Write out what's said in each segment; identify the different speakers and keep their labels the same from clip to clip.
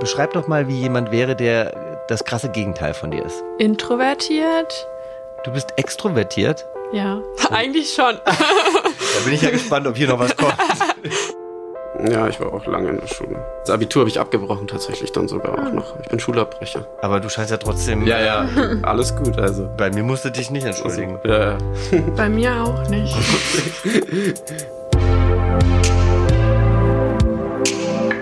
Speaker 1: Beschreib doch mal, wie jemand wäre, der das krasse Gegenteil von dir ist.
Speaker 2: Introvertiert?
Speaker 1: Du bist extrovertiert?
Speaker 2: Ja, eigentlich schon.
Speaker 1: Da bin ich ja gespannt, ob hier noch was kommt.
Speaker 3: Ja, ich war auch lange in der Schule. Ah. Das Abitur habe ich abgebrochen tatsächlich dann sogar auch noch. Ich bin Schulabbrecher.
Speaker 1: Aber du scheinst ja trotzdem.
Speaker 3: Ja, ja, alles gut, also. äh,
Speaker 1: Bei mir musst du dich nicht entschuldigen.
Speaker 3: Ja, ja.
Speaker 2: Bei mir auch nicht.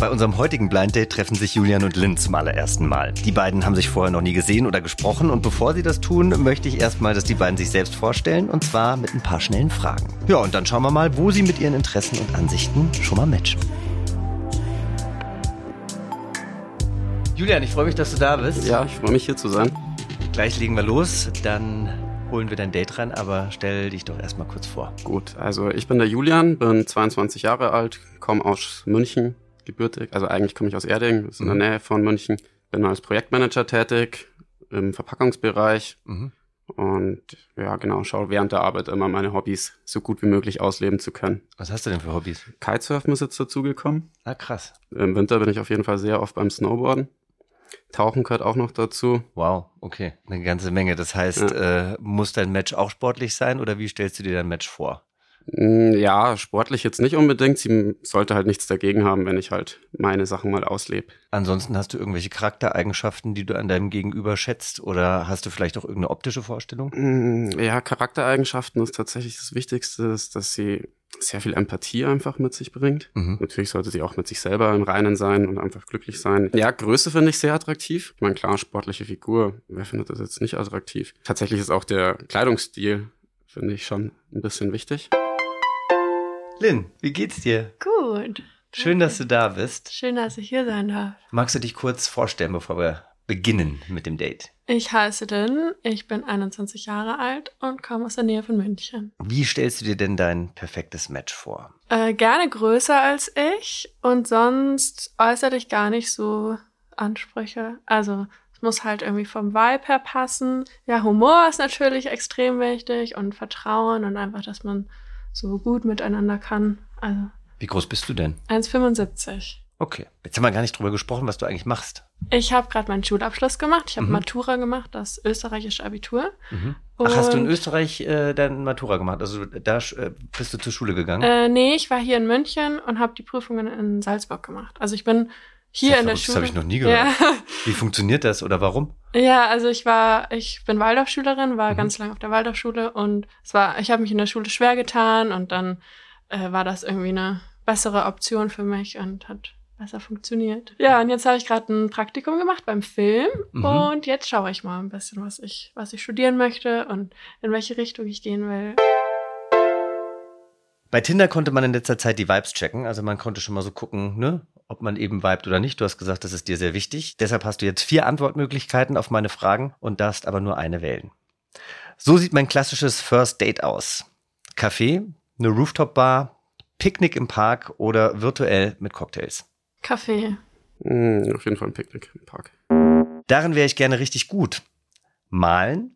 Speaker 1: Bei unserem heutigen Blind Date treffen sich Julian und Lynn zum allerersten Mal. Die beiden haben sich vorher noch nie gesehen oder gesprochen und bevor sie das tun, möchte ich erstmal, dass die beiden sich selbst vorstellen und zwar mit ein paar schnellen Fragen. Ja, und dann schauen wir mal, wo sie mit ihren Interessen und Ansichten schon mal matchen. Julian, ich freue mich, dass du da bist.
Speaker 3: Ja, ich freue mich hier zu sein.
Speaker 1: Gleich legen wir los, dann holen wir dein Date ran, aber stell dich doch erstmal kurz vor.
Speaker 3: Gut, also ich bin der Julian, bin 22 Jahre alt, komme aus München, gebürtig. Also eigentlich komme ich aus Erding, das ist in der Nähe von München. Bin als Projektmanager tätig im Verpackungsbereich
Speaker 1: Mhm.
Speaker 3: und ja, genau, schaue während der Arbeit immer meine Hobbys so gut wie möglich ausleben zu können.
Speaker 1: Was hast du denn für Hobbys?
Speaker 3: Kitesurfen ist jetzt dazugekommen.
Speaker 1: Ah, krass.
Speaker 3: Im Winter bin ich auf jeden Fall sehr oft beim Snowboarden. Tauchen gehört auch noch dazu.
Speaker 1: Wow, okay. Eine ganze Menge. Das heißt, äh, muss dein Match auch sportlich sein oder wie stellst du dir dein Match vor?
Speaker 3: Mm, Ja, sportlich jetzt nicht unbedingt. Sie sollte halt nichts dagegen haben, wenn ich halt meine Sachen mal auslebe.
Speaker 1: Ansonsten hast du irgendwelche Charaktereigenschaften, die du an deinem Gegenüber schätzt oder hast du vielleicht auch irgendeine optische Vorstellung?
Speaker 3: Mm, Ja, Charaktereigenschaften ist tatsächlich das Wichtigste, ist, dass sie sehr viel Empathie einfach mit sich bringt.
Speaker 1: Mhm.
Speaker 3: Natürlich sollte sie auch mit sich selber im Reinen sein und einfach glücklich sein. Ja, Größe finde ich sehr attraktiv. Ich meine, klar, sportliche Figur, wer findet das jetzt nicht attraktiv? Tatsächlich ist auch der Kleidungsstil, finde ich, schon ein bisschen wichtig.
Speaker 1: Lynn, wie geht's dir?
Speaker 2: Gut.
Speaker 1: Schön, dass du da bist.
Speaker 2: Schön, dass ich hier sein darf.
Speaker 1: Magst du dich kurz vorstellen, bevor wir beginnen mit dem Date?
Speaker 2: Ich heiße Lynn, ich bin 21 Jahre alt und komme aus der Nähe von München.
Speaker 1: Wie stellst du dir denn dein perfektes Match vor?
Speaker 2: Äh, gerne größer als ich und sonst äußerlich gar nicht so Ansprüche. Also es muss halt irgendwie vom Vibe her passen. Ja, Humor ist natürlich extrem wichtig und Vertrauen und einfach, dass man so gut miteinander kann. Also
Speaker 1: Wie groß bist du denn?
Speaker 2: 1,75.
Speaker 1: Okay. Jetzt haben wir gar nicht drüber gesprochen, was du eigentlich machst.
Speaker 2: Ich habe gerade meinen Schulabschluss gemacht. Ich habe
Speaker 1: Mhm.
Speaker 2: Matura gemacht, das österreichische Abitur.
Speaker 1: Mhm. Ach, hast du in
Speaker 2: Und-
Speaker 1: Österreich äh, dein Matura gemacht? Also da sch- äh, bist du zur Schule gegangen?
Speaker 2: Äh, nee, ich war hier in München und habe die Prüfungen in Salzburg gemacht. Also ich bin hier
Speaker 1: Sehr
Speaker 2: in
Speaker 1: verrückt,
Speaker 2: der
Speaker 1: das
Speaker 2: Schule.
Speaker 1: hab ich noch nie gehört. Wie funktioniert das oder warum?
Speaker 2: Ja, ja, also ich war, ich bin Waldorfschülerin, war
Speaker 1: Mhm.
Speaker 2: ganz lange auf der Waldorfschule und es war, ich habe mich in der Schule schwer getan und dann äh, war das irgendwie eine bessere Option für mich und hat besser funktioniert. Ja, und jetzt habe ich gerade ein Praktikum gemacht beim Film
Speaker 1: Mhm.
Speaker 2: Und jetzt schaue ich mal ein bisschen, was ich, was ich studieren möchte und in welche Richtung ich gehen will.
Speaker 1: Bei Tinder konnte man in letzter Zeit die Vibes checken. Also man konnte schon mal so gucken, ne, ob man eben vibet oder nicht. Du hast gesagt, das ist dir sehr wichtig. Deshalb hast du jetzt vier Antwortmöglichkeiten auf meine Fragen und darfst aber nur eine wählen. So sieht mein klassisches First Date aus. Café, eine Rooftop-Bar, Picknick im Park oder virtuell mit Cocktails.
Speaker 2: Kaffee.
Speaker 3: Mm, Auf jeden Fall ein Picknick im Park.
Speaker 1: Darin wäre ich gerne richtig gut. Malen,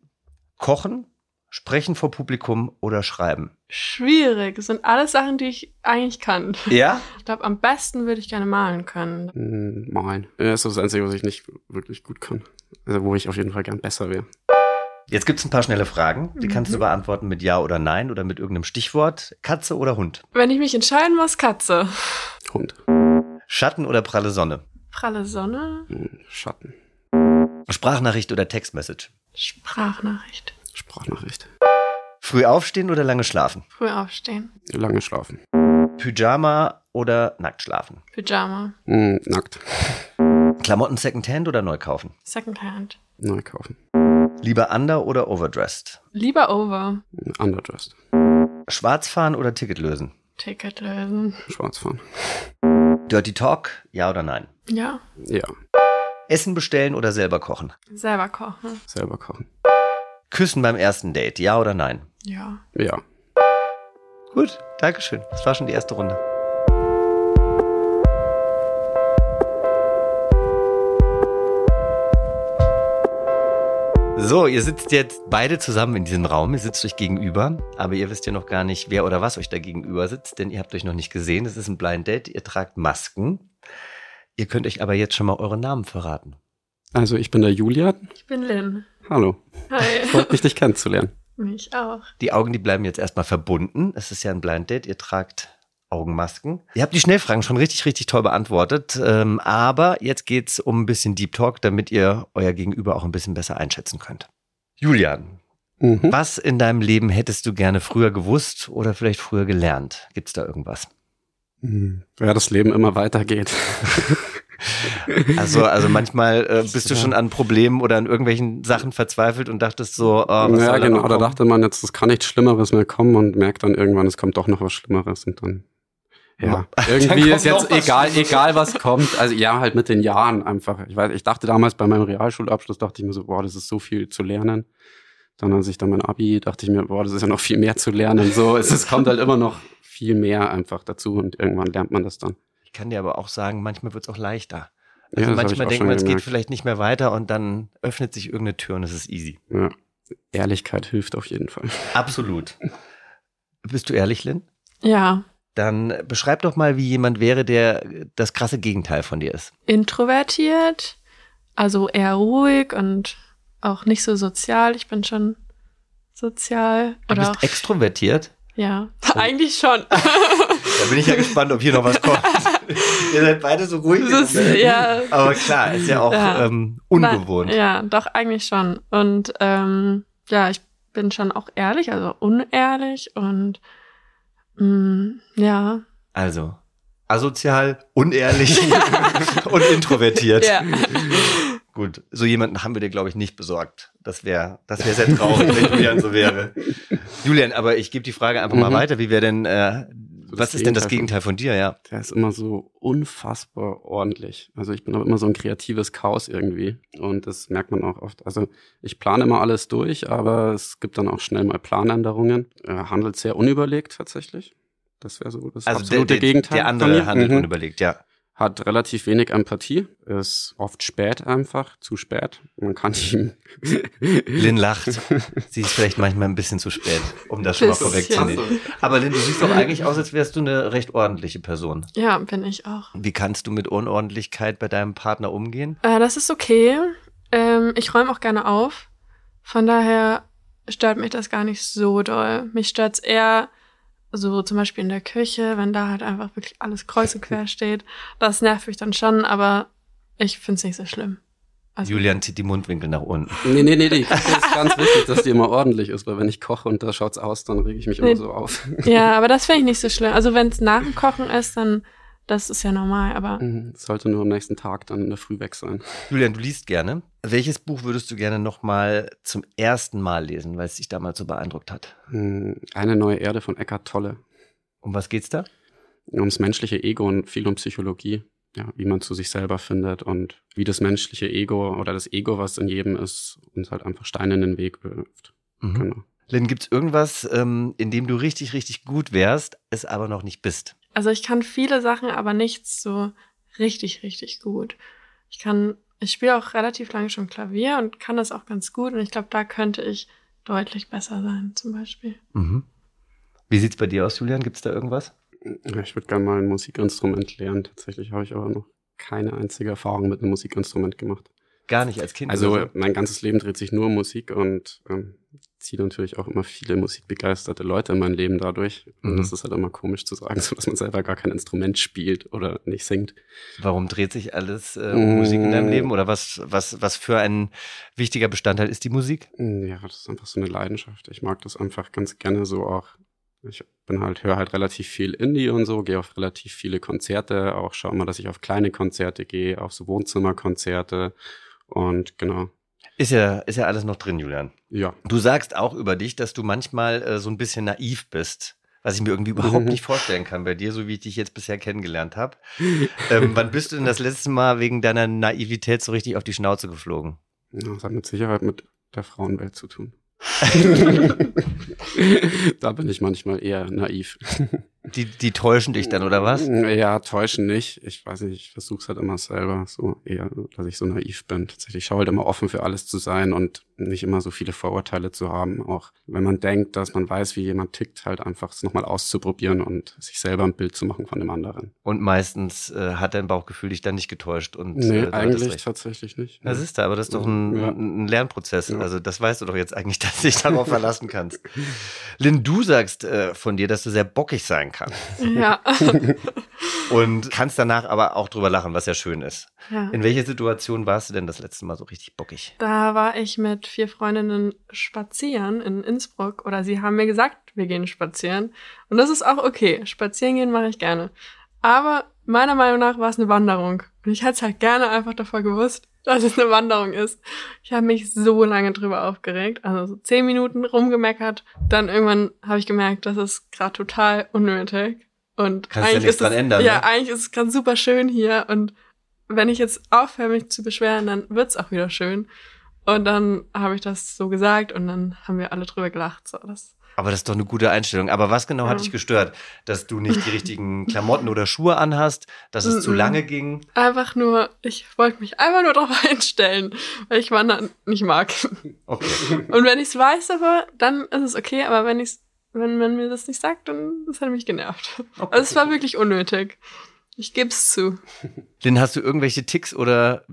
Speaker 1: kochen, sprechen vor Publikum oder schreiben.
Speaker 2: Schwierig. Das sind alles Sachen, die ich eigentlich kann.
Speaker 1: Ja?
Speaker 2: Ich glaube, am besten würde ich gerne malen können.
Speaker 3: Mm, Malen. Ja, ist so das Einzige, was ich nicht wirklich gut kann. Also wo ich auf jeden Fall gern besser wäre.
Speaker 1: Jetzt gibt's ein paar schnelle Fragen. Die kannst du
Speaker 2: Mhm.
Speaker 1: beantworten mit Ja oder Nein oder mit irgendeinem Stichwort. Katze oder Hund?
Speaker 2: Wenn ich mich entscheiden muss, Katze.
Speaker 3: Hund.
Speaker 1: Schatten oder pralle Sonne?
Speaker 2: Pralle Sonne.
Speaker 3: Mm, Schatten.
Speaker 1: Sprachnachricht oder Textmessage?
Speaker 2: Sprachnachricht.
Speaker 3: Sprachnachricht.
Speaker 1: Früh aufstehen oder lange schlafen?
Speaker 2: Früh aufstehen.
Speaker 3: Lange schlafen.
Speaker 1: Pyjama oder nackt schlafen?
Speaker 2: Pyjama.
Speaker 3: Mm, Nackt.
Speaker 1: Klamotten secondhand oder neu kaufen?
Speaker 2: Secondhand.
Speaker 3: Neu kaufen.
Speaker 1: Lieber under oder overdressed?
Speaker 2: Lieber over.
Speaker 3: Hm. Underdressed.
Speaker 1: Schwarz fahren oder Ticket lösen?
Speaker 2: Ticket lösen.
Speaker 3: Schwarz fahren.
Speaker 1: Dirty Talk? Ja oder nein?
Speaker 2: Ja.
Speaker 3: Ja.
Speaker 1: Essen bestellen oder selber kochen?
Speaker 2: Selber kochen.
Speaker 3: Selber kochen.
Speaker 1: Küssen beim ersten Date, ja oder nein?
Speaker 2: Ja.
Speaker 3: Ja.
Speaker 1: Gut, Dankeschön. Das war schon die erste Runde. So, ihr sitzt jetzt beide zusammen in diesem Raum, ihr sitzt euch gegenüber, aber ihr wisst ja noch gar nicht, wer oder was euch da gegenüber sitzt, denn ihr habt euch noch nicht gesehen. Es ist ein Blind Date, ihr tragt Masken. Ihr könnt euch aber jetzt schon mal euren Namen verraten.
Speaker 3: Also ich bin der Julian.
Speaker 2: Ich bin Lynn.
Speaker 3: Hallo.
Speaker 2: Hi.
Speaker 3: Freut mich, dich kennenzulernen.
Speaker 2: Mich auch.
Speaker 1: Die Augen, die bleiben jetzt erstmal verbunden. Es ist ja ein Blind Date. Ihr tragt Augenmasken. Ihr habt die Schnellfragen schon richtig, richtig toll beantwortet. Ähm, aber jetzt geht's um ein bisschen Deep Talk, damit ihr euer Gegenüber auch ein bisschen besser einschätzen könnt. Julian,
Speaker 3: Mhm.
Speaker 1: was in deinem Leben hättest du gerne früher gewusst oder vielleicht früher gelernt? Gibt's da irgendwas?
Speaker 3: Mhm. Ja, das Leben immer weitergeht.
Speaker 1: Also, also manchmal äh, bist du
Speaker 3: Ja.
Speaker 1: schon an Problemen oder an irgendwelchen Sachen verzweifelt und dachtest so, oh, was
Speaker 3: ja,
Speaker 1: soll da
Speaker 3: genau.
Speaker 1: noch
Speaker 3: Da
Speaker 1: kommen?
Speaker 3: dachte man jetzt, es kann nichts Schlimmeres mehr kommen und merkt dann irgendwann, es kommt doch noch was Schlimmeres und dann. Ja, irgendwie
Speaker 1: kommt
Speaker 3: ist jetzt
Speaker 1: noch was
Speaker 3: egal, egal was kommt. Also ja, halt mit den Jahren einfach. Ich weiß, ich dachte damals bei meinem Realschulabschluss, dachte ich mir so, boah, das ist so viel zu lernen. Dann als ich dann mein Abi, dachte ich mir, boah, das ist ja noch viel mehr zu lernen. So, es, es kommt halt immer noch viel mehr einfach dazu und irgendwann lernt man das dann.
Speaker 1: Ich kann dir aber auch sagen, manchmal wird's auch leichter.
Speaker 3: Ja,
Speaker 1: Also
Speaker 3: das hab ich
Speaker 1: manchmal
Speaker 3: auch
Speaker 1: denkt
Speaker 3: schon
Speaker 1: man, es geht
Speaker 3: gemerkt.
Speaker 1: vielleicht nicht mehr weiter und dann öffnet sich irgendeine Tür und es ist easy.
Speaker 3: Ja. Ehrlichkeit hilft auf jeden Fall.
Speaker 1: Absolut. Bist du ehrlich, Lynn?
Speaker 2: Ja.
Speaker 1: Dann beschreib doch mal, wie jemand wäre, der das krasse Gegenteil von dir ist.
Speaker 2: Introvertiert, also eher ruhig und auch nicht so sozial. Ich bin schon sozial.
Speaker 1: Du
Speaker 2: Oder
Speaker 1: bist
Speaker 2: auch,
Speaker 1: extrovertiert.
Speaker 2: ja. Eigentlich schon.
Speaker 1: Da bin ich ja gespannt, ob hier noch was kommt. Ihr seid beide so ruhig.
Speaker 2: Das ist, ja.
Speaker 1: Aber klar, ist ja auch
Speaker 2: Ja.
Speaker 1: Ähm, ungewohnt.
Speaker 2: Nein, ja, doch, eigentlich schon. Und ähm, ja, ich bin schon auch ehrlich, also unehrlich und mh, ja.
Speaker 1: Also, asozial, unehrlich und introvertiert.
Speaker 2: ja.
Speaker 1: Gut, so jemanden haben wir dir, glaube ich, nicht besorgt. Das wäre das wär sehr traurig, wenn Julian so wäre. Julian, aber ich gebe die Frage einfach mal
Speaker 3: Mhm.
Speaker 1: weiter. Wie wäre denn, äh,
Speaker 3: So
Speaker 1: was
Speaker 3: das
Speaker 1: ist denn das
Speaker 3: Gegenteil
Speaker 1: Gegenteil von dir, ja?
Speaker 3: Der ist immer so unfassbar ordentlich. Also ich bin auch immer so ein kreatives Chaos irgendwie. Und das merkt man auch oft. Also ich plane immer alles durch, aber es gibt dann auch schnell mal Planänderungen. Er handelt sehr unüberlegt tatsächlich. Das wäre so das absolute
Speaker 1: also der, der,
Speaker 3: Gegenteil.
Speaker 1: der
Speaker 3: von
Speaker 1: andere
Speaker 3: mir.
Speaker 1: handelt
Speaker 3: Mhm.
Speaker 1: unüberlegt, ja.
Speaker 3: Hat relativ wenig Empathie, ist oft spät einfach, zu spät. Man kann ihm
Speaker 1: Lynn lacht. Sie ist vielleicht manchmal ein bisschen zu spät, um das schon mal
Speaker 2: Bisschen.
Speaker 1: vorwegzunehmen. Aber Lynn, du siehst doch eigentlich aus, als wärst du eine recht ordentliche Person.
Speaker 2: ja, bin ich auch.
Speaker 1: Wie kannst du mit Unordentlichkeit bei deinem Partner umgehen?
Speaker 2: Äh, das ist okay. Ähm, ich räume auch gerne auf. Von daher stört mich das gar nicht so doll. Mich stört's eher so zum Beispiel in der Küche, wenn da halt einfach wirklich alles kreuz und quer steht. Das nervt mich dann schon, aber ich find's nicht so schlimm. Also,
Speaker 1: Julian zieht die Mundwinkel nach unten.
Speaker 3: Nee, nee, nee, nee. Das ist ganz wichtig, dass die immer ordentlich ist, weil wenn ich koche und da schaut's aus, dann reg ich mich
Speaker 2: Nee.
Speaker 3: immer so auf.
Speaker 2: Ja, aber das finde ich nicht so schlimm. Also wenn's nach dem Kochen ist, dann das ist ja normal, aber
Speaker 3: Mhm. Sollte nur am nächsten Tag dann in der Früh weg sein.
Speaker 1: Julian, du liest gerne. Welches Buch würdest du gerne nochmal zum ersten Mal lesen, weil es dich damals so beeindruckt hat?
Speaker 3: Hm, Eine neue Erde von Eckart Tolle.
Speaker 1: Um was geht's da?
Speaker 3: Ums menschliche Ego und viel um Psychologie. Ja, wie man zu sich selber findet und wie das menschliche Ego oder das Ego, was in jedem ist, uns halt einfach Steine in den Weg wirft.
Speaker 1: Mhm.
Speaker 3: Genau.
Speaker 1: Lynn, gibt's irgendwas, ähm, in dem du richtig, richtig gut wärst, es aber noch nicht bist?
Speaker 2: Also ich kann viele Sachen, aber nichts so richtig, richtig gut. Ich kann, ich spiele auch relativ lange schon Klavier und kann das auch ganz gut. Und ich glaube, da könnte ich deutlich besser sein, zum Beispiel.
Speaker 1: Mhm. Wie sieht's bei dir aus, Julian? Gibt's da irgendwas?
Speaker 3: Ja, Ich würde gerne mal ein Musikinstrument lernen. Tatsächlich habe ich aber noch keine einzige Erfahrung mit einem Musikinstrument gemacht.
Speaker 1: Gar nicht als Kind.
Speaker 3: Also
Speaker 1: oder so?
Speaker 3: mein ganzes Leben dreht sich nur um Musik und ähm, ziehe natürlich auch immer viele musikbegeisterte Leute in mein Leben dadurch.
Speaker 1: Mhm.
Speaker 3: Und das ist halt immer komisch zu sagen, so dass man selber gar kein Instrument spielt oder nicht singt.
Speaker 1: warum dreht sich alles äh, um
Speaker 3: Mm.
Speaker 1: Musik in deinem Leben? Oder was, was, was für ein wichtiger Bestandteil ist die Musik?
Speaker 3: Mm, Ja, das ist einfach so eine Leidenschaft. Ich mag das einfach ganz gerne so auch. Ich bin halt, höre halt relativ viel Indie und so, gehe auf relativ viele Konzerte, auch schaue immer, dass ich auf kleine Konzerte gehe, auf so Wohnzimmerkonzerte und genau.
Speaker 1: Ist ja, ist ja alles noch drin, Julian.
Speaker 3: Ja,
Speaker 1: Du sagst auch über dich, dass du manchmal äh, so ein bisschen naiv bist. was ich mir irgendwie
Speaker 3: Mhm.
Speaker 1: überhaupt nicht vorstellen kann bei dir, so wie ich dich jetzt bisher kennengelernt habe. Ähm, wann bist du denn das letzte Mal wegen deiner Naivität so richtig auf die Schnauze geflogen?
Speaker 3: Ja, das hat mit Sicherheit mit der Frauenwelt zu tun. da bin ich manchmal eher naiv.
Speaker 1: Die, die täuschen dich dann, oder was?
Speaker 3: Ja, täuschen nicht. Ich weiß nicht, ich versuch's halt immer selber, so eher, dass ich so naiv bin. Tatsächlich, ich schaue halt immer offen für alles zu sein und nicht immer so viele Vorurteile zu haben. Auch wenn man denkt, dass man weiß, wie jemand tickt, halt einfach es nochmal auszuprobieren und sich selber ein Bild zu machen von dem anderen.
Speaker 1: Und meistens äh, hat dein Bauchgefühl dich dann nicht getäuscht und
Speaker 3: Nee,
Speaker 1: äh, du hattest
Speaker 3: eigentlich
Speaker 1: recht.
Speaker 3: tatsächlich nicht.
Speaker 1: Das ist da, aber das ist doch ein,
Speaker 3: Ja.
Speaker 1: ein Lernprozess.
Speaker 3: Ja.
Speaker 1: Also das weißt du doch jetzt eigentlich, dass du dich darauf verlassen kannst. Lynn, du sagst äh, von dir, dass du sehr bockig sein kannst
Speaker 2: Ja.
Speaker 1: und kannst danach aber auch drüber lachen, was ja schön ist.
Speaker 2: ja.
Speaker 1: In welcher Situation warst du denn das letzte Mal so richtig bockig?
Speaker 2: Da war ich mit vier Freundinnen spazieren in Innsbruck oder sie haben mir gesagt, wir gehen spazieren. Und das ist auch okay. Spazieren gehen mache ich gerne. Aber meiner Meinung nach war es eine Wanderung. Und ich hätte es halt gerne einfach davor gewusst, dass es eine Wanderung ist. Ich habe mich so lange drüber aufgeregt, also so zehn Minuten rumgemeckert. Dann irgendwann habe ich gemerkt, das ist gerade total unnötig. Und
Speaker 1: Kannst ja
Speaker 2: eigentlich
Speaker 1: nichts
Speaker 2: ist es,
Speaker 1: dran ändern,
Speaker 2: Ja,
Speaker 1: ne?
Speaker 2: eigentlich ist es gerade super schön hier und wenn ich jetzt aufhöre, mich zu beschweren, dann wird's auch wieder schön. Und dann habe ich das so gesagt und dann haben wir alle drüber gelacht. So, das,
Speaker 1: Aber das ist doch eine gute Einstellung. Aber was genau hat
Speaker 2: Ja.
Speaker 1: dich gestört? Dass du nicht die richtigen Klamotten oder Schuhe anhast, dass es zu
Speaker 2: Mhm.
Speaker 1: lange ging?
Speaker 2: einfach nur, ich wollte mich einfach nur darauf einstellen, weil ich Wandern nicht mag.
Speaker 1: Okay.
Speaker 2: Und wenn ich's weiß aber, dann ist es okay, aber wenn ich's, wenn man mir das nicht sagt, dann das hat mich genervt.
Speaker 1: okay.
Speaker 2: Also es war wirklich unnötig. Ich geb's zu.
Speaker 1: Lynn, hast du irgendwelche Ticks oder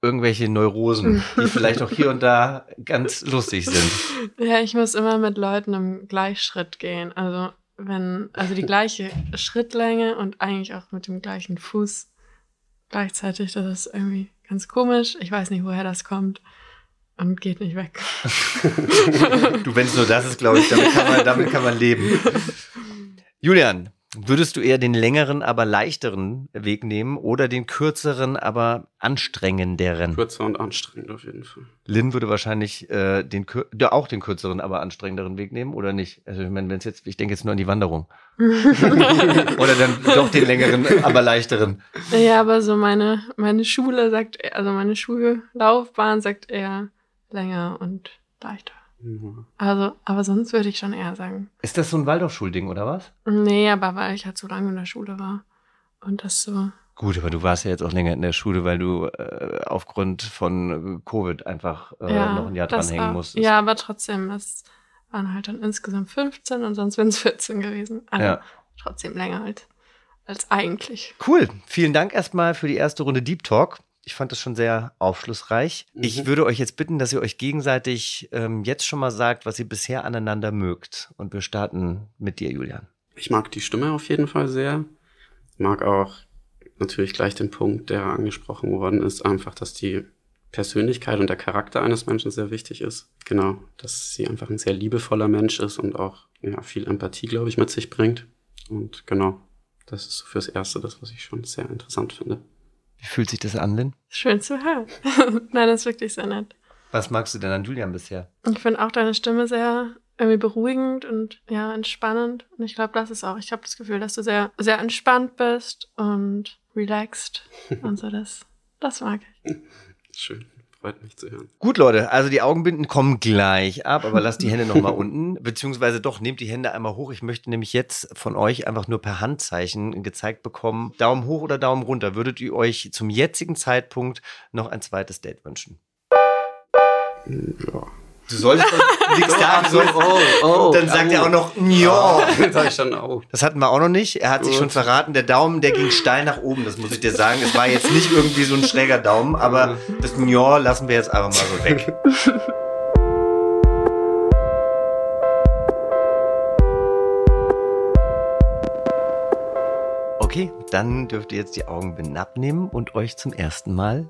Speaker 1: irgendwelche Neurosen, die vielleicht auch hier und da ganz lustig sind?
Speaker 2: Ja, ich muss immer mit Leuten im Gleichschritt gehen. Also wenn, also die gleiche Schrittlänge und eigentlich auch mit dem gleichen Fuß gleichzeitig, das ist irgendwie ganz komisch. Ich weiß nicht, woher das kommt und geht nicht weg.
Speaker 1: Du, wenn es nur das ist, glaube ich, damit kann, man, damit kann man leben. Julian, würdest du eher den längeren, aber leichteren Weg nehmen oder den kürzeren, aber anstrengenderen?
Speaker 3: Kürzer und anstrengend auf jeden Fall.
Speaker 1: Lynn würde wahrscheinlich äh, den, kür- ja, auch den kürzeren, aber anstrengenderen Weg nehmen oder nicht? Also ich meine, wenn es jetzt, ich denke jetzt nur an die Wanderung. oder dann doch den längeren, aber leichteren.
Speaker 2: Ja, aber so meine, meine Schule sagt, eher- also meine Schullaufbahn sagt eher länger und leichter.
Speaker 3: Ja.
Speaker 2: Also, aber sonst würde ich schon eher sagen.
Speaker 1: Ist das so ein Waldorfschulding oder was?
Speaker 2: Nee, aber weil ich halt so lange in der Schule war und das so
Speaker 1: Gut, aber du warst ja jetzt auch länger in der Schule, weil du äh, aufgrund von äh, Covid einfach äh, noch ein Jahr
Speaker 2: das
Speaker 1: dranhängen
Speaker 2: auch.
Speaker 1: musstest.
Speaker 2: Ja, aber trotzdem, das waren halt dann insgesamt 15 und sonst wären es 14 gewesen. Also
Speaker 1: Ja.
Speaker 2: trotzdem länger halt als eigentlich.
Speaker 1: Cool. Vielen Dank erstmal für die erste Runde Deep Talk. Ich fand das schon sehr aufschlussreich.
Speaker 3: Mhm.
Speaker 1: Ich würde euch jetzt bitten, dass ihr euch gegenseitig ähm, jetzt schon mal sagt, was ihr bisher aneinander mögt. Und wir starten mit dir, Julian.
Speaker 3: Ich mag die Stimme auf jeden Fall sehr. Mag auch natürlich gleich den Punkt, der angesprochen worden ist, einfach, dass die Persönlichkeit und der Charakter eines Menschen sehr wichtig ist. Genau, dass sie einfach ein sehr liebevoller Mensch ist und auch ja, viel Empathie, glaube ich, mit sich bringt. Und genau, das ist so fürs Erste das, was ich schon sehr interessant finde.
Speaker 1: Wie fühlt sich das an, Lynn?
Speaker 2: Schön zu hören. Nein, das ist wirklich sehr nett.
Speaker 1: Was magst du denn an Julian bisher?
Speaker 2: Ich finde auch deine Stimme sehr irgendwie beruhigend und ja, entspannend. Und ich glaube, das ist auch. Ich habe das Gefühl, dass du sehr, sehr entspannt bist und relaxed und so das. Das mag ich.
Speaker 3: Schön, freut mich zu hören.
Speaker 1: Gut, Leute, also die Augenbinden kommen gleich ab, aber lasst die Hände nochmal unten, beziehungsweise doch, nehmt die Hände einmal hoch. Ich möchte nämlich jetzt von euch einfach nur per Handzeichen gezeigt bekommen, Daumen hoch oder Daumen runter. Würdet ihr euch zum jetzigen Zeitpunkt noch ein zweites Date wünschen?
Speaker 3: Ja.
Speaker 1: Du sollst nichts sagen, so, oh,
Speaker 3: oh,
Speaker 1: dann sagt er auch noch,
Speaker 3: Oh,
Speaker 1: ja.
Speaker 3: jetzt habe ich dann auch.
Speaker 1: Das hatten wir auch noch nicht. Er hat sich
Speaker 3: Gut.
Speaker 1: schon verraten, der Daumen, der ging steil nach oben, das muss ich dir sagen. Es war jetzt nicht irgendwie so ein schräger Daumen, aber das Njor lassen wir jetzt einfach mal so weg. Okay, dann dürft ihr jetzt die Augenbinden abnehmen und euch zum ersten Mal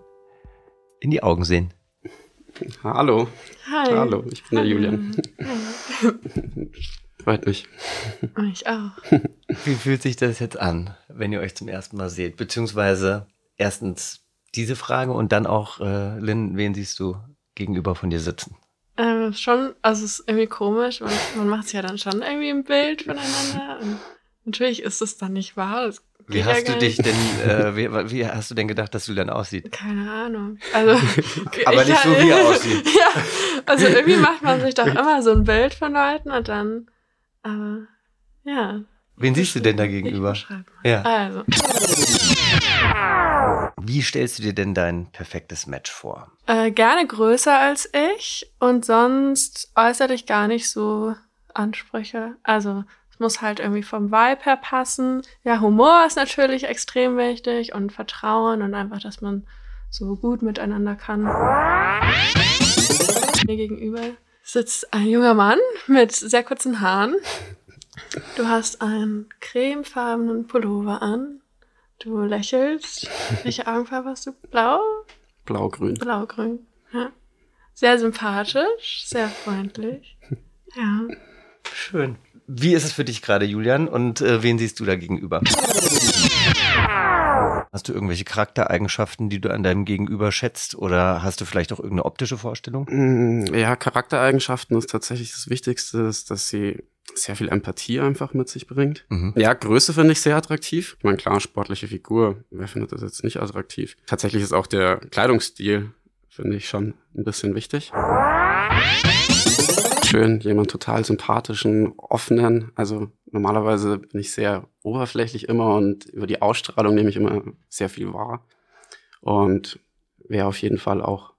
Speaker 1: in die Augen sehen.
Speaker 3: Hallo,
Speaker 2: Hi.
Speaker 3: hallo, ich bin der
Speaker 2: Hallo.
Speaker 3: Julian. Freut mich.
Speaker 2: Ich auch.
Speaker 1: Wie fühlt sich das jetzt an, wenn ihr euch zum ersten Mal seht? Beziehungsweise erstens diese Frage und dann auch, äh, Lynn, wen siehst du gegenüber von dir sitzen?
Speaker 2: Ähm, schon, also es ist irgendwie komisch. Man, man macht sich ja dann schon irgendwie ein Bild voneinander. Und natürlich ist es dann nicht wahr. Das geht
Speaker 1: Wie
Speaker 2: ja
Speaker 1: hast
Speaker 2: gar
Speaker 1: du dich
Speaker 2: nicht.
Speaker 1: denn, äh, wie, wie hast du denn gedacht, dass du dann aussieht?
Speaker 2: Keine Ahnung. Also,
Speaker 1: Aber
Speaker 2: ich
Speaker 1: nicht so,
Speaker 2: halt-
Speaker 1: wie er aussieht.
Speaker 2: ja, also irgendwie macht man sich doch immer so ein Bild von Leuten und dann, aber ja.
Speaker 1: Wen siehst du denn da gegenüber?
Speaker 2: Ich beschreibe.
Speaker 1: Ja.
Speaker 2: Also,
Speaker 1: Wie stellst du dir denn dein perfektes Match vor?
Speaker 2: äh, gerne größer als ich und sonst äußerlich gar nicht so Ansprüche. Also, es muss halt irgendwie vom Vibe her passen. Ja, Humor ist natürlich extrem wichtig und Vertrauen und einfach, dass man so gut miteinander kann. Mir gegenüber sitzt ein junger Mann mit sehr kurzen Haaren. Du hast einen cremefarbenen Pullover an. Du lächelst. Welche Augenfarbe hast du? Blau?
Speaker 3: Blau-grün.
Speaker 2: Blaugrün. Ja. Sehr sympathisch, sehr freundlich. Ja.
Speaker 1: Schön. Wie ist es für dich gerade, Julian? Und äh, wen siehst du da gegenüber? Hast du irgendwelche Charaktereigenschaften, die du an deinem Gegenüber schätzt? Oder hast du vielleicht auch irgendeine optische Vorstellung?
Speaker 3: Mm, Ja, Charaktereigenschaften ist tatsächlich das Wichtigste, ist, dass sie sehr viel Empathie einfach mit sich bringt.
Speaker 1: Mhm.
Speaker 3: Ja, Größe finde ich sehr attraktiv. Ich meine, klar, sportliche Figur, wer findet das jetzt nicht attraktiv? Tatsächlich ist auch der Kleidungsstil, finde ich, schon ein bisschen wichtig. Schön, jemand total sympathischen, offenen. Also normalerweise bin ich sehr oberflächlich immer und über die Ausstrahlung nehme ich immer sehr viel wahr. Und wäre auf jeden Fall auch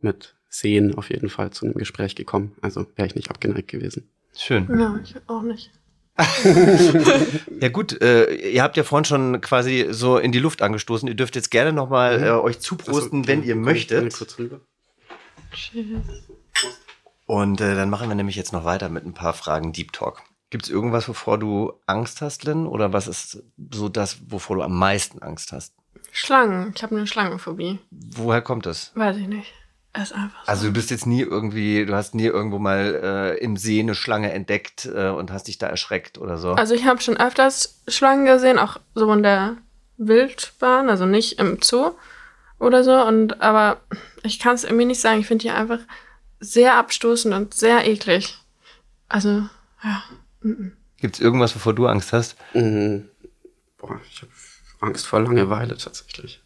Speaker 3: mit Sehen auf jeden Fall zu einem Gespräch gekommen. Also wäre ich nicht abgeneigt gewesen.
Speaker 1: Schön.
Speaker 2: Ja, genau, ich auch nicht.
Speaker 1: Ja gut, äh, ihr habt ja vorhin schon quasi so in die Luft angestoßen. Ihr dürft jetzt gerne nochmal äh, euch zuprosten,
Speaker 3: Also,
Speaker 1: wenn ihr
Speaker 3: kann Mhm. ich- kann ich
Speaker 1: möchtet.
Speaker 3: kurz rüber?
Speaker 2: Tschüss.
Speaker 1: Und äh, dann machen wir nämlich jetzt noch weiter mit ein paar Fragen Deep Talk. Gibt es irgendwas, wovor du Angst hast, Lynn? Oder was ist so das, wovor du am meisten Angst hast?
Speaker 2: Schlangen. Ich habe eine Schlangenphobie.
Speaker 1: Woher kommt das?
Speaker 2: Weiß ich nicht. Er ist einfach so.
Speaker 1: Also du bist jetzt nie irgendwie, du hast nie irgendwo mal äh, im See eine Schlange entdeckt äh, und hast dich da erschreckt oder so.
Speaker 2: Also ich habe schon öfters Schlangen gesehen, auch so in der Wildbahn, also nicht im Zoo oder so. Und aber ich kann es irgendwie nicht sagen. Ich finde die einfach sehr abstoßend und sehr eklig. Also ja. mhm.
Speaker 1: Gibt es irgendwas, wovor du Angst hast?
Speaker 3: Mhm. Boah, ich habe Angst vor Langeweile tatsächlich.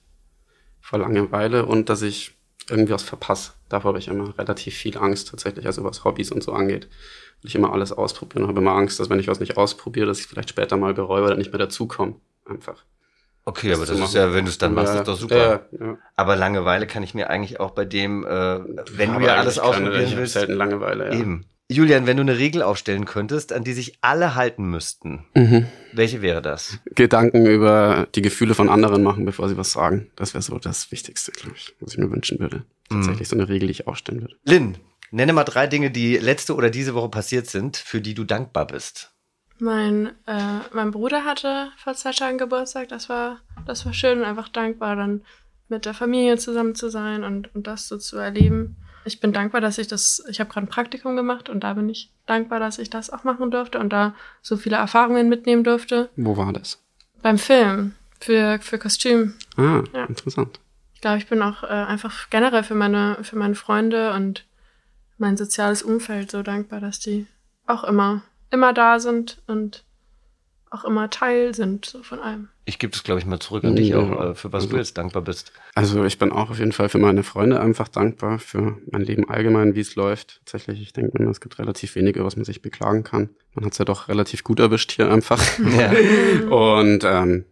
Speaker 3: Vor Langeweile und dass ich irgendwie was verpasse. Davor habe ich immer relativ viel Angst tatsächlich, also was Hobbys und so angeht. Will ich immer alles ausprobieren und habe immer Angst, dass wenn ich was nicht ausprobiere, dass ich vielleicht später mal bereue oder nicht mehr dazukomme. Einfach.
Speaker 1: Okay,
Speaker 3: Das
Speaker 1: aber
Speaker 3: zu
Speaker 1: das ist
Speaker 3: machen.
Speaker 1: ja, wenn du es dann machst,
Speaker 3: Ja,
Speaker 1: ist doch super.
Speaker 3: Ja, ja.
Speaker 1: Aber Langeweile kann ich mir eigentlich auch bei dem, äh, wenn
Speaker 3: Aber
Speaker 1: du ja alles
Speaker 3: eigentlich keine,
Speaker 1: ausprobieren
Speaker 3: ich hab
Speaker 1: willst,
Speaker 3: selten Langeweile, ja.
Speaker 1: eben. Julian, wenn du eine Regel aufstellen könntest, an die sich alle halten müssten,
Speaker 3: Mhm.
Speaker 1: welche wäre das?
Speaker 3: Gedanken über die Gefühle von anderen machen, bevor sie was sagen. Das wäre so das Wichtigste, glaube ich, was ich mir wünschen würde.
Speaker 1: Mhm.
Speaker 3: Tatsächlich so eine Regel, die ich aufstellen würde.
Speaker 1: Lynn, nenne mal drei Dinge, die letzte oder diese Woche passiert sind, für die du dankbar bist.
Speaker 2: Mein, äh, mein Bruder hatte vor zwei Tagen Geburtstag, das war, das war schön und einfach dankbar, dann mit der Familie zusammen zu sein und, und das so zu erleben. Ich bin dankbar, dass ich das, ich habe gerade ein Praktikum gemacht und da bin ich dankbar, dass ich das auch machen durfte und da so viele Erfahrungen mitnehmen durfte.
Speaker 3: Wo war das?
Speaker 2: Beim Film, für, für Kostüm.
Speaker 3: Ah,
Speaker 2: Ja.
Speaker 3: interessant.
Speaker 2: Ich glaube, ich bin auch äh, einfach generell für meine, für meine Freunde und mein soziales Umfeld so dankbar, dass die auch immer, immer da sind und auch immer Teil sind so von allem.
Speaker 1: Ich gebe das, glaube ich, mal zurück an dich
Speaker 3: Ja.
Speaker 1: auch, äh, für was du
Speaker 3: Also-
Speaker 1: jetzt dankbar bist.
Speaker 3: Also ich bin auch auf jeden Fall für meine Freunde einfach dankbar, für mein Leben allgemein, wie es läuft. Tatsächlich, ich denke mir, es gibt relativ wenig, über was man sich beklagen kann. Man hat es ja doch relativ gut erwischt hier einfach.
Speaker 1: Ja.
Speaker 2: Mhm.
Speaker 3: Und ähm,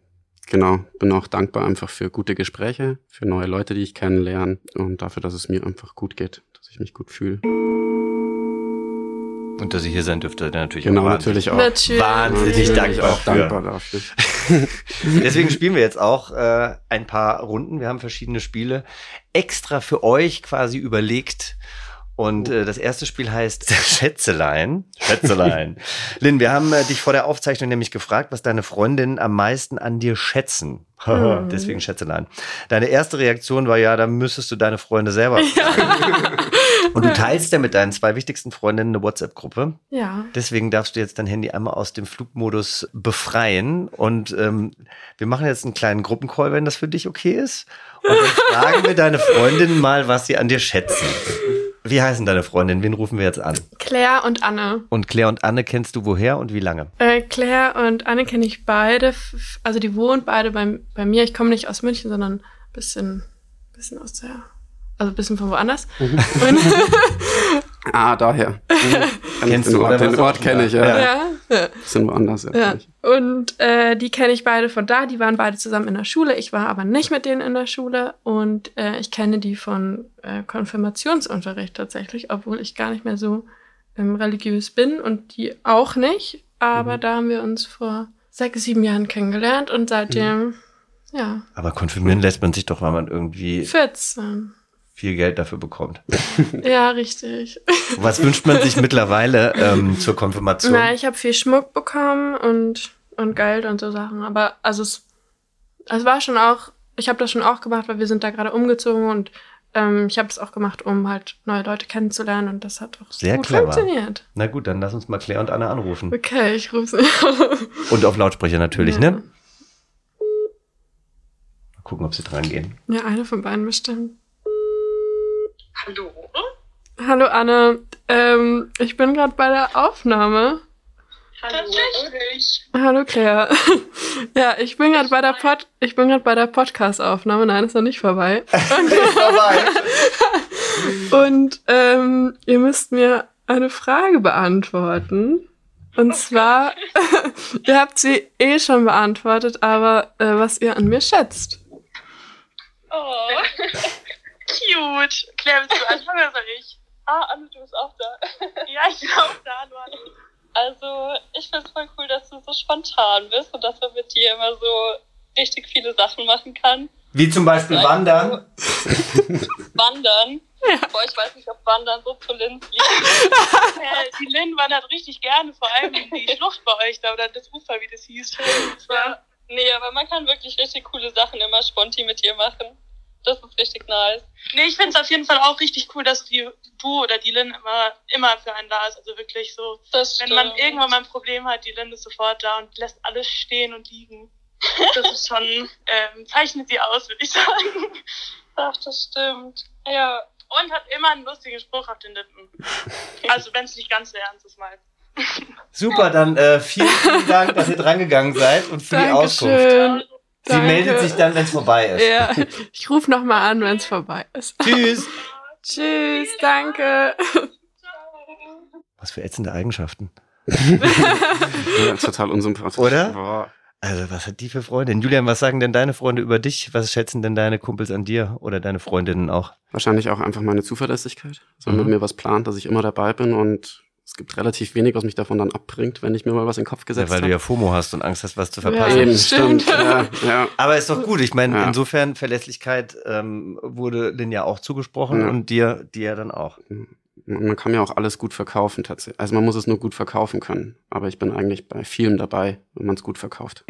Speaker 3: genau, bin auch dankbar einfach für gute Gespräche, für neue Leute, die ich kennenlerne und dafür, dass es mir einfach gut geht, dass ich mich gut fühle.
Speaker 1: Und dass ihr hier sein dürft, seid ihr natürlich
Speaker 3: Genau,
Speaker 1: auch wahnsinnig-
Speaker 3: natürlich auch.
Speaker 2: Natürlich.
Speaker 1: Wahnsinnig
Speaker 3: Natürlich
Speaker 1: dankbar
Speaker 3: auch
Speaker 1: für.
Speaker 3: dankbar dafür.
Speaker 1: Deswegen spielen wir jetzt auch äh, ein paar Runden. Wir haben verschiedene Spiele extra für euch quasi überlegt. Und äh, das erste Spiel heißt Schätzelein. Schätzelein. Lynn, wir haben äh, dich vor der Aufzeichnung nämlich gefragt, was deine Freundinnen am meisten an dir schätzen. Haha,
Speaker 2: Mhm.
Speaker 1: Deswegen Schätzelein. Deine erste Reaktion war ja, da müsstest du deine Freunde selber fragen. Und du teilst ja mit deinen zwei wichtigsten Freundinnen eine WhatsApp-Gruppe.
Speaker 2: Ja.
Speaker 1: Deswegen darfst du jetzt dein Handy einmal aus dem Flugmodus befreien. Und ähm, wir machen jetzt einen kleinen Gruppencall, wenn das für dich okay ist. Und dann fragen wir deine Freundin mal, was sie an dir schätzen. Wie heißen deine Freundin? Wen rufen wir jetzt an?
Speaker 2: Claire und Anne.
Speaker 1: Und Claire und Anne kennst du woher und wie lange?
Speaker 2: Äh, Claire und Anne kenne ich beide. f- Also die wohnen beide bei, bei mir. Ich komme nicht aus München, sondern ein bisschen, bisschen aus der, also ein bisschen von woanders. Und,
Speaker 3: Ah, daher. Mhm. Kenn
Speaker 1: Kennst
Speaker 3: den
Speaker 1: du, oder
Speaker 3: Ort, den
Speaker 1: warst
Speaker 3: Ort
Speaker 1: du schon
Speaker 3: kenne
Speaker 1: da?
Speaker 3: ich, ja.
Speaker 2: ja. ja.
Speaker 3: Bisschen woanders, ja.
Speaker 2: Ja.
Speaker 3: kenn ich.
Speaker 2: Und äh, die kenne ich beide von da. Die waren beide zusammen in der Schule. Ich war aber nicht mit denen in der Schule. Und äh, ich kenne die von äh, Konfirmationsunterricht tatsächlich, obwohl ich gar nicht mehr so ähm, religiös bin und die auch nicht. Aber
Speaker 3: Mhm.
Speaker 2: da haben wir uns vor sechs, sieben Jahren kennengelernt und seitdem, ja,
Speaker 1: Aber konfirmieren lässt man sich doch, weil man irgendwie
Speaker 2: 14.
Speaker 1: viel Geld dafür bekommt.
Speaker 2: ähm, Ja, richtig.
Speaker 1: Was wünscht man sich mittlerweile ähm, zur Konfirmation?
Speaker 2: Na, ich habe viel Schmuck bekommen und, und Geld und so Sachen. Aber also es, es war schon auch, ich habe das schon auch gemacht, weil wir sind da gerade umgezogen und ähm, ich habe es auch gemacht, um halt neue Leute kennenzulernen und das hat auch
Speaker 1: Sehr
Speaker 2: gut
Speaker 1: clever.
Speaker 2: funktioniert.
Speaker 1: Na gut, dann lass uns mal Claire und Anne anrufen.
Speaker 2: Okay, ich rufe sie.
Speaker 1: Und auf Lautsprecher natürlich,
Speaker 2: Ja.
Speaker 1: ne? Mal gucken, ob sie dran gehen.
Speaker 2: Ja, eine von beiden bestimmt.
Speaker 4: Hallo?
Speaker 2: Hallo Anne, ähm, ich bin gerade bei der Aufnahme.
Speaker 4: Hallo? Tatsächlich?
Speaker 2: Hallo Claire. ja, ich bin gerade bei der Pod ich bin gerade bei der Podcast Aufnahme. Nein, ist noch nicht vorbei. Und ähm, ihr müsst mir eine Frage beantworten. Und zwar, ihr habt sie eh schon beantwortet, aber äh, was ihr an mir schätzt.
Speaker 4: Oh. Cute. Claire, willst du anfangen oder soll ich? Ah, Anne, du bist auch da. ja, ich bin auch da, hallo Anne.
Speaker 5: Also, ich find's voll cool, dass du so spontan bist und dass man mit dir immer so richtig viele Sachen machen kann.
Speaker 1: Wie zum Beispiel wandern.
Speaker 5: Wandern. Boah, ich weiß nicht, ob Wandern so zu Linz liegt.
Speaker 4: Äh, die Lynn wandert richtig gerne, vor allem die Schlucht bei euch da oder das Ufer, wie das hieß. Das war-
Speaker 5: Nee, aber man kann wirklich richtig coole Sachen immer sponti mit dir machen. Das ist richtig nice.
Speaker 4: Nee, ich find's auf jeden Fall auch richtig cool, dass die, du oder die Lynn immer, immer für einen da ist. Also wirklich so.
Speaker 5: Das
Speaker 4: Wenn man
Speaker 5: stimmt.
Speaker 4: irgendwann mal ein Problem hat, die Lynn ist sofort da und lässt alles stehen und liegen. Das ist schon, ähm, zeichnet sie aus, würde ich sagen.
Speaker 5: Ach, das stimmt. Ja.
Speaker 4: Und hat immer einen lustigen Spruch auf den Lippen. Also wenn es nicht ganz so ernst ist, mal.
Speaker 1: Super, dann äh, vielen, vielen Dank, dass ihr drangegangen seid und für die Auskunft.
Speaker 2: Dankeschön.
Speaker 1: Sie meldet sich dann, wenn es vorbei ist.
Speaker 2: Ja, ich rufe nochmal an, wenn es vorbei ist.
Speaker 1: Tschüss.
Speaker 2: Tschüss, danke.
Speaker 1: Was für ätzende Eigenschaften.
Speaker 3: Ja, total unsympathisch.
Speaker 1: Oder?
Speaker 3: Boah.
Speaker 1: Also, was hat die für Freundin? Julian, was sagen denn deine Freunde über dich? Was schätzen denn deine Kumpels an dir oder deine Freundinnen auch?
Speaker 3: Wahrscheinlich auch einfach meine Zuverlässigkeit. Dass man
Speaker 1: Mhm.
Speaker 3: mit mir was plant, dass ich immer dabei bin und es gibt relativ wenig, was mich davon dann abbringt, wenn ich mir mal was in den Kopf
Speaker 1: Ja,
Speaker 3: gesetzt
Speaker 1: weil du
Speaker 3: habe.
Speaker 1: ja FOMO hast und Angst hast, was zu verpassen.
Speaker 2: Ja,
Speaker 3: Eben,
Speaker 2: stimmt.
Speaker 3: stimmt. Ja, ja.
Speaker 1: Aber ist doch gut. Ich meine,
Speaker 3: Ja.
Speaker 1: insofern Verlässlichkeit ähm, wurde Linja auch zugesprochen
Speaker 3: Ja.
Speaker 1: und dir, dir dann auch.
Speaker 3: Man man kann ja auch alles gut verkaufen tatsächlich. Also man muss es nur gut verkaufen können. Aber ich bin eigentlich bei vielem dabei, wenn man es gut verkauft.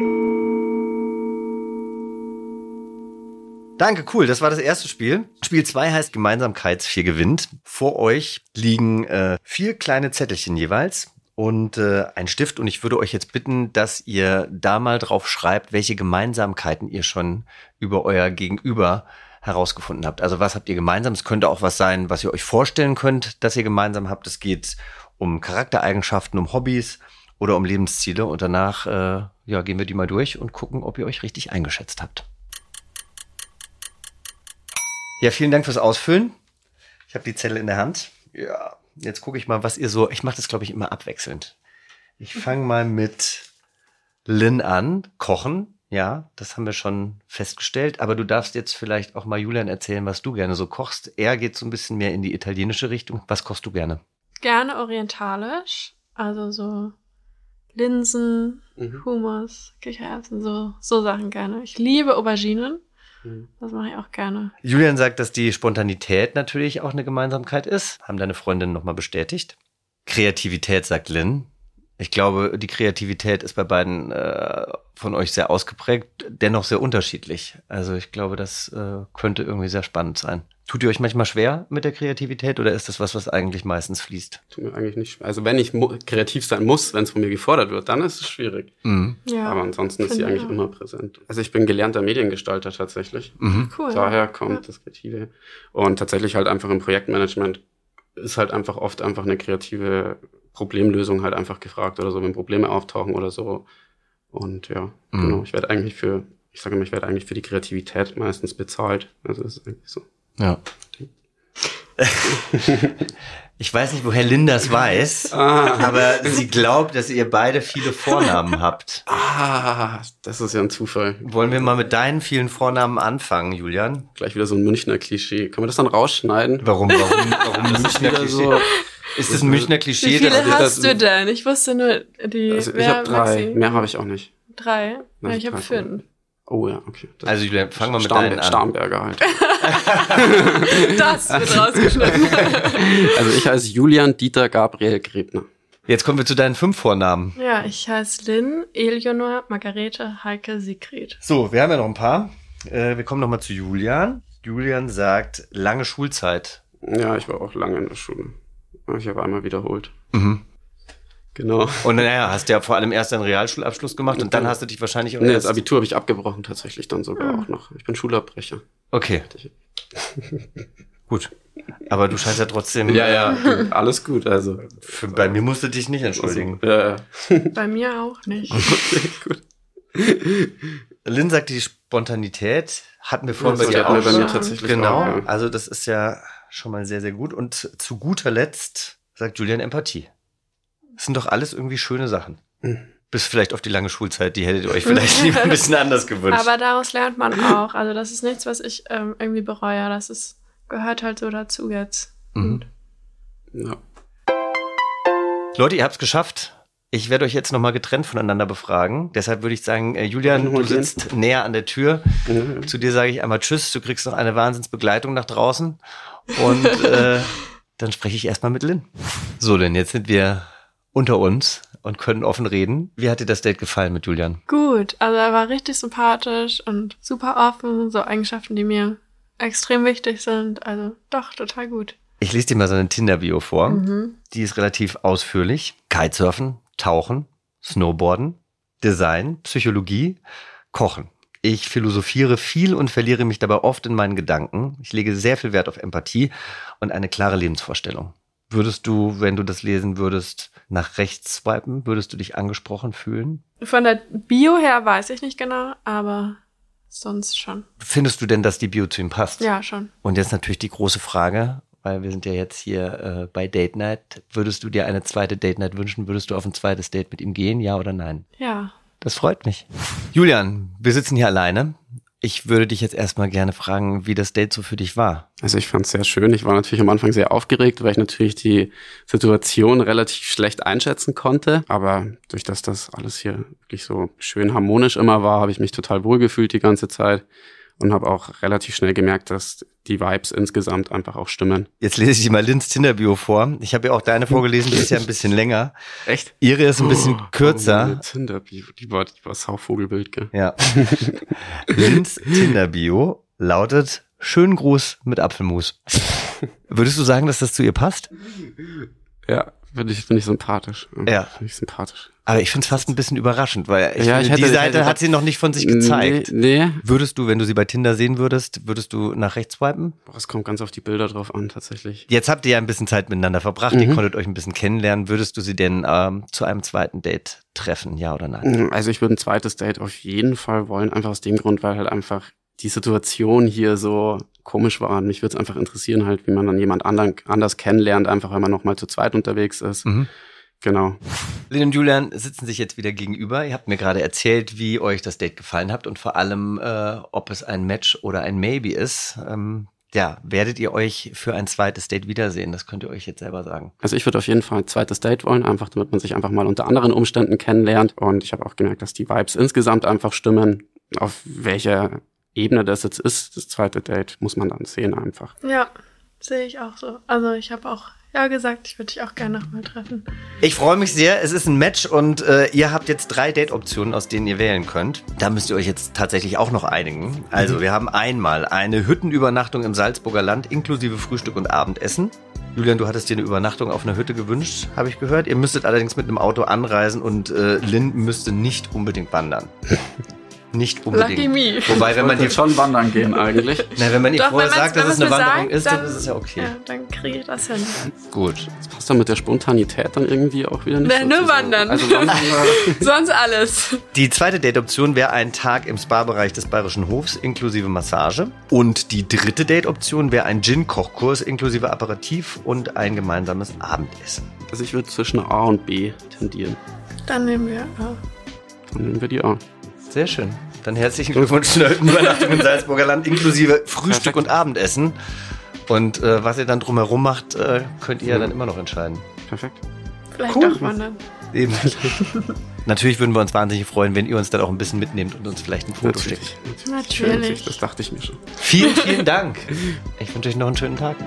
Speaker 1: Danke, cool. Das war das erste Spiel. Spiel 2 heißt Gemeinsamkeits 4 gewinnt. Vor euch liegen äh, vier kleine Zettelchen jeweils und äh, ein Stift. Und ich würde euch jetzt bitten, dass ihr da mal drauf schreibt, welche Gemeinsamkeiten ihr schon über euer Gegenüber herausgefunden habt. Also was habt ihr gemeinsam? Es könnte auch was sein, was ihr euch vorstellen könnt, dass ihr gemeinsam habt. Es geht um Charaktereigenschaften, um Hobbys oder um Lebensziele. Und danach äh, ja, gehen wir die mal durch und gucken, ob ihr euch richtig eingeschätzt habt. Ja, vielen Dank fürs Ausfüllen. Ich habe die Zelle in der Hand. Ja, jetzt gucke ich mal, was ihr so. Ich mache das, glaube ich, immer abwechselnd. Ich fange mal mit Lynn an. Kochen, ja, das haben wir schon festgestellt. Aber du darfst jetzt vielleicht auch mal Julian erzählen, was du gerne so kochst. Er geht so ein bisschen mehr in die italienische Richtung. Was kochst du gerne?
Speaker 2: Gerne orientalisch, also so Linsen, Hummus, Kichererbsen, so, so Sachen gerne. Ich liebe Auberginen.
Speaker 3: Mhm.
Speaker 2: Das mache ich auch gerne.
Speaker 1: Julian sagt, dass die Spontanität natürlich auch eine Gemeinsamkeit ist. Haben deine Freundinnen nochmal bestätigt. Kreativität, sagt Lynn. Ich glaube, die Kreativität ist bei beiden äh, von euch sehr ausgeprägt, dennoch sehr unterschiedlich. Also ich glaube, das äh, könnte irgendwie sehr spannend sein. Tut ihr euch manchmal schwer mit der Kreativität oder ist das was, was eigentlich meistens fließt?
Speaker 3: Tut mir eigentlich nicht schwer. Also wenn ich mu- kreativ sein muss, wenn es von mir gefordert wird, dann ist es schwierig.
Speaker 1: Mhm.
Speaker 2: Ja,
Speaker 3: Aber ansonsten ist sie
Speaker 2: Finde ich
Speaker 3: eigentlich
Speaker 2: auch.
Speaker 3: immer präsent. Also ich bin gelernter Mediengestalter tatsächlich.
Speaker 1: Mhm.
Speaker 2: cool.
Speaker 3: Daher kommt das Kreative. Und tatsächlich halt einfach im Projektmanagement ist halt einfach oft einfach eine kreative Problemlösung halt einfach gefragt oder so, wenn Probleme auftauchen oder so. Und ja,
Speaker 1: Mhm.
Speaker 3: genau. Ich werde eigentlich für, ich sage immer, ich werde eigentlich für die Kreativität meistens bezahlt. Also das ist eigentlich so.
Speaker 1: Ja. Ich weiß nicht, woher Linda es weiß,
Speaker 3: Ah,
Speaker 1: aber sie glaubt, dass ihr beide viele Vornamen habt.
Speaker 3: ah, das ist ja ein Zufall.
Speaker 1: Wollen wir mal mit deinen vielen Vornamen anfangen, Julian?
Speaker 3: Gleich wieder so ein Münchner Klischee. Kann man das dann rausschneiden?
Speaker 1: Warum, warum, warum Münchner
Speaker 3: Wieder
Speaker 1: Klischee?
Speaker 3: so,
Speaker 1: Ist das ein Münchner Klischee?
Speaker 2: Wie
Speaker 1: dass-
Speaker 2: viele
Speaker 3: das-
Speaker 2: hast
Speaker 3: das-
Speaker 2: du denn? Ich wusste nur die.
Speaker 3: also ich
Speaker 2: wer,
Speaker 3: habe drei.
Speaker 2: Maxi?
Speaker 3: Mehr habe ich auch nicht.
Speaker 2: Drei?
Speaker 3: Nein,
Speaker 2: Ja, ich habe
Speaker 3: drei.
Speaker 2: fünf.
Speaker 3: Oh ja, okay. Das-
Speaker 1: also Julian, fangen wir mit
Speaker 3: Starnbe-
Speaker 1: deinen an.
Speaker 3: Starnberger halt.
Speaker 2: Das wird rausgeschnitten.
Speaker 3: also ich heiße Julian Dieter Gabriel Grebner.
Speaker 1: Jetzt kommen wir zu deinen fünf Vornamen.
Speaker 2: ja, ich heiße Lynn, Eleonor, Margarete, Heike, Sigrid.
Speaker 1: So, wir haben ja noch ein paar. Äh, wir kommen nochmal zu Julian. Julian sagt, lange Schulzeit.
Speaker 3: Ja, ich war auch lange in der Schule. Aber Ich habe einmal wiederholt.
Speaker 1: Mhm.
Speaker 3: Genau.
Speaker 1: Und naja, hast ja vor allem erst deinen Realschulabschluss gemacht und dann hast du dich wahrscheinlich auch
Speaker 3: Nee,
Speaker 1: erst-
Speaker 3: das Abitur habe ich abgebrochen tatsächlich dann sogar auch noch. Ich bin Schulabbrecher.
Speaker 1: Okay. Gut. Aber du scheinst ja trotzdem.
Speaker 3: Alles gut, also.
Speaker 1: Für, bei mir musst du dich nicht entschuldigen.
Speaker 3: Also, Ja, ja.
Speaker 2: Bei mir auch nicht.
Speaker 3: gut.
Speaker 1: Lynn sagt, die Spontanität hatten wir vorhin
Speaker 3: Also- das
Speaker 1: bei dir
Speaker 3: hatten
Speaker 1: auch
Speaker 3: wir bei mir
Speaker 1: schon.
Speaker 3: tatsächlich
Speaker 1: Genau.
Speaker 3: auch, ja.
Speaker 1: Also, das ist ja schon mal sehr, sehr gut. Und zu guter Letzt sagt Julian Empathie. Das sind doch alles irgendwie schöne Sachen.
Speaker 3: Mhm.
Speaker 1: Bis vielleicht auf die lange Schulzeit, die hättet ihr euch vielleicht lieber ein bisschen anders gewünscht.
Speaker 2: Aber daraus lernt man auch. Also das ist nichts, was ich ähm, irgendwie bereue. Das ist, gehört halt so dazu jetzt.
Speaker 1: Mhm.
Speaker 3: Ja.
Speaker 1: Leute, ihr habt's geschafft. Ich werde euch jetzt nochmal getrennt voneinander befragen. Deshalb würde ich sagen, äh, Julian,
Speaker 3: Noch mal
Speaker 1: du
Speaker 3: gehen.
Speaker 1: sitzt näher an der Tür.
Speaker 3: Ja.
Speaker 1: Zu dir sage ich einmal Tschüss, du kriegst noch eine Wahnsinnsbegleitung nach draußen. Und äh, dann spreche ich erstmal mit Lynn. So, Lynn, jetzt sind wir unter uns und können offen reden. Wie hat dir das Date gefallen mit Julian?
Speaker 2: Gut, also er war richtig sympathisch und super offen. So Eigenschaften, die mir extrem wichtig sind. Also doch, total gut.
Speaker 1: Ich lese dir mal seine Tinder-Bio vor.
Speaker 2: Mhm.
Speaker 1: Die ist relativ ausführlich. Kitesurfen, Tauchen, Snowboarden, Design, Psychologie, Kochen. Ich philosophiere viel und verliere mich dabei oft in meinen Gedanken. Ich lege sehr viel Wert auf Empathie und eine klare Lebensvorstellung. Würdest du, wenn du das lesen würdest, nach rechts swipen? Würdest du dich angesprochen fühlen?
Speaker 2: Von der Bio her weiß ich nicht genau, aber sonst schon.
Speaker 1: Findest du denn, dass die Bio zu ihm passt?
Speaker 2: Ja, schon.
Speaker 1: Und jetzt natürlich die große Frage, weil wir sind ja jetzt hier äh, bei Date Night. Würdest du dir eine zweite Date Night wünschen? Würdest du auf ein zweites Date mit ihm gehen? Ja oder nein?
Speaker 2: Ja.
Speaker 1: Das freut mich. Julian, wir sitzen hier alleine. Ich würde dich jetzt erstmal gerne fragen, wie das Date so für dich war.
Speaker 3: Also ich fand es sehr schön. Ich war natürlich am Anfang sehr aufgeregt, weil ich natürlich die Situation relativ schlecht einschätzen konnte. Aber durch das das alles hier wirklich so schön harmonisch immer war, habe ich mich total wohl gefühlt die ganze Zeit und habe auch relativ schnell gemerkt, dass die Vibes insgesamt einfach auch stimmen.
Speaker 1: Jetzt lese ich dir mal Lins Tinder-Bio vor. Ich habe ja auch deine vorgelesen, die ist ja ein bisschen länger.
Speaker 3: Echt?
Speaker 1: Ihre ist ein bisschen kürzer.
Speaker 3: Oh, Tinder, die, die war, die war Sauvogelbild, gell?
Speaker 1: Ja. Lins Tinder-Bio lautet Schönen Gruß mit Apfelmus. Würdest du sagen, dass das zu ihr passt?
Speaker 3: Ja, finde ich, finde ich sympathisch.
Speaker 1: Ja.
Speaker 3: Finde ich sympathisch.
Speaker 1: Aber ich finde es fast ein bisschen überraschend, weil ich
Speaker 3: Ja,
Speaker 1: finde,
Speaker 3: ich hätte-
Speaker 1: die
Speaker 3: ich
Speaker 1: Seite
Speaker 3: hätte-
Speaker 1: hat sie noch nicht von sich gezeigt.
Speaker 3: Nee, nee.
Speaker 1: Würdest du, wenn du sie bei Tinder sehen würdest, würdest du nach rechts swipen?
Speaker 3: Boah, Es kommt ganz auf die Bilder drauf an, tatsächlich.
Speaker 1: Jetzt habt ihr ja ein bisschen Zeit miteinander verbracht, ihr
Speaker 3: Mhm.
Speaker 1: konntet euch ein bisschen kennenlernen. Würdest du sie denn ähm, zu einem zweiten Date treffen, ja oder nein?
Speaker 3: Also ich würde ein zweites Date auf jeden Fall wollen, einfach aus dem Grund, weil halt einfach die Situation hier so komisch war. Mich würde es einfach interessieren, halt, wie man dann jemand anderen, anders kennenlernt, einfach wenn man nochmal zu zweit unterwegs ist.
Speaker 1: Mhm.
Speaker 3: Genau.
Speaker 1: Lynn und Julian sitzen sich jetzt wieder gegenüber. Ihr habt mir gerade erzählt, wie euch das Date gefallen hat und vor allem, äh, ob es ein Match oder ein Maybe ist. Ähm, ja, werdet ihr euch für ein zweites Date wiedersehen? Das könnt ihr euch jetzt selber sagen.
Speaker 3: Also ich würde auf jeden Fall ein zweites Date wollen, einfach damit man sich einfach mal unter anderen Umständen kennenlernt. Und ich habe auch gemerkt, dass die Vibes insgesamt einfach stimmen. Auf welcher Ebene das jetzt ist, das zweite Date, muss man dann sehen einfach.
Speaker 2: Ja, sehe ich auch so. Also ich habe auch ja gesagt, ich würde dich auch gerne nochmal treffen.
Speaker 1: Ich freue mich sehr. Es ist ein Match und äh, ihr habt jetzt drei Date-Optionen, aus denen ihr wählen könnt. Da müsst ihr euch jetzt tatsächlich auch noch einigen. Also, wir haben einmal eine Hüttenübernachtung im Salzburger Land inklusive Frühstück und Abendessen. Julian, du hattest dir eine Übernachtung auf einer Hütte gewünscht, habe ich gehört. Ihr müsstet allerdings mit einem Auto anreisen und äh, Lynn müsste nicht unbedingt wandern. Nicht unbedingt.
Speaker 2: Lucky me.
Speaker 1: Wobei, wenn man dir
Speaker 6: jetzt schon wandern gehen eigentlich.
Speaker 1: na, wenn man ihr
Speaker 2: Doch,
Speaker 1: vorher
Speaker 2: wenn man's-
Speaker 1: sagt, dass
Speaker 2: wenn
Speaker 1: es eine
Speaker 2: man's mir
Speaker 1: Wanderung
Speaker 2: sagt,
Speaker 1: ist, dann
Speaker 2: dann-
Speaker 1: ist es ja okay.
Speaker 2: Ja, dann kriege ich das hin.
Speaker 1: Gut.
Speaker 3: Das passt dann mit der Spontanität dann irgendwie auch wieder nicht.
Speaker 2: Nee, nur
Speaker 3: zusammen.
Speaker 2: wandern.
Speaker 3: Also wandern wir-
Speaker 2: Sonst alles.
Speaker 1: Die zweite Date-Option wäre ein Tag im Spa-Bereich des Bayerischen Hofs inklusive Massage. Und die dritte Date-Option wäre ein Gin-Kochkurs inklusive Apparativ und ein gemeinsames Abendessen.
Speaker 3: also ich würde zwischen A und B tendieren.
Speaker 2: Dann nehmen wir. ah.
Speaker 3: Dann nehmen wir die A.
Speaker 1: Sehr schön. Dann herzlichen Glückwunsch zur neunten Übernachtung im Salzburger Land inklusive Frühstück und Abendessen. Und äh, was ihr dann drumherum macht, äh, könnt ihr ja dann immer noch entscheiden.
Speaker 3: Perfekt.
Speaker 2: Vielleicht
Speaker 1: Cool.
Speaker 2: doch wandern.
Speaker 1: Eben. Natürlich würden wir uns wahnsinnig freuen, wenn ihr uns dann auch ein bisschen mitnehmt und uns vielleicht ein Foto schickt.
Speaker 3: Natürlich. Natürlich.
Speaker 2: Natürlich.
Speaker 3: Das dachte ich mir schon.
Speaker 1: Vielen, vielen Dank. Ich wünsche euch noch einen schönen Tag.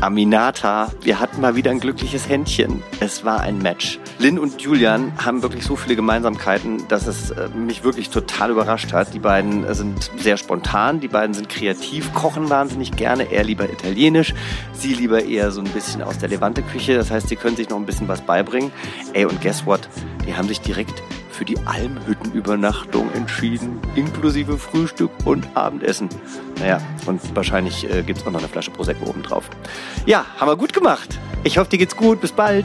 Speaker 1: Aminata, wir hatten mal wieder ein glückliches Händchen. Es war ein Match. Lynn und Julian haben wirklich so viele Gemeinsamkeiten, dass es äh, mich wirklich total überrascht hat. Die beiden äh, sind sehr spontan, die beiden sind kreativ, kochen wahnsinnig gerne, er lieber italienisch, sie lieber eher so ein bisschen aus der Levante-Küche. Das heißt, sie können sich noch ein bisschen was beibringen. Ey, und guess what? Die haben sich direkt für die Almhüttenübernachtung entschieden, inklusive Frühstück und Abendessen. Naja, und wahrscheinlich äh, gibt es auch noch eine Flasche Prosecco obendrauf. Ja, haben wir gut gemacht. Ich hoffe, dir geht's gut. Bis bald.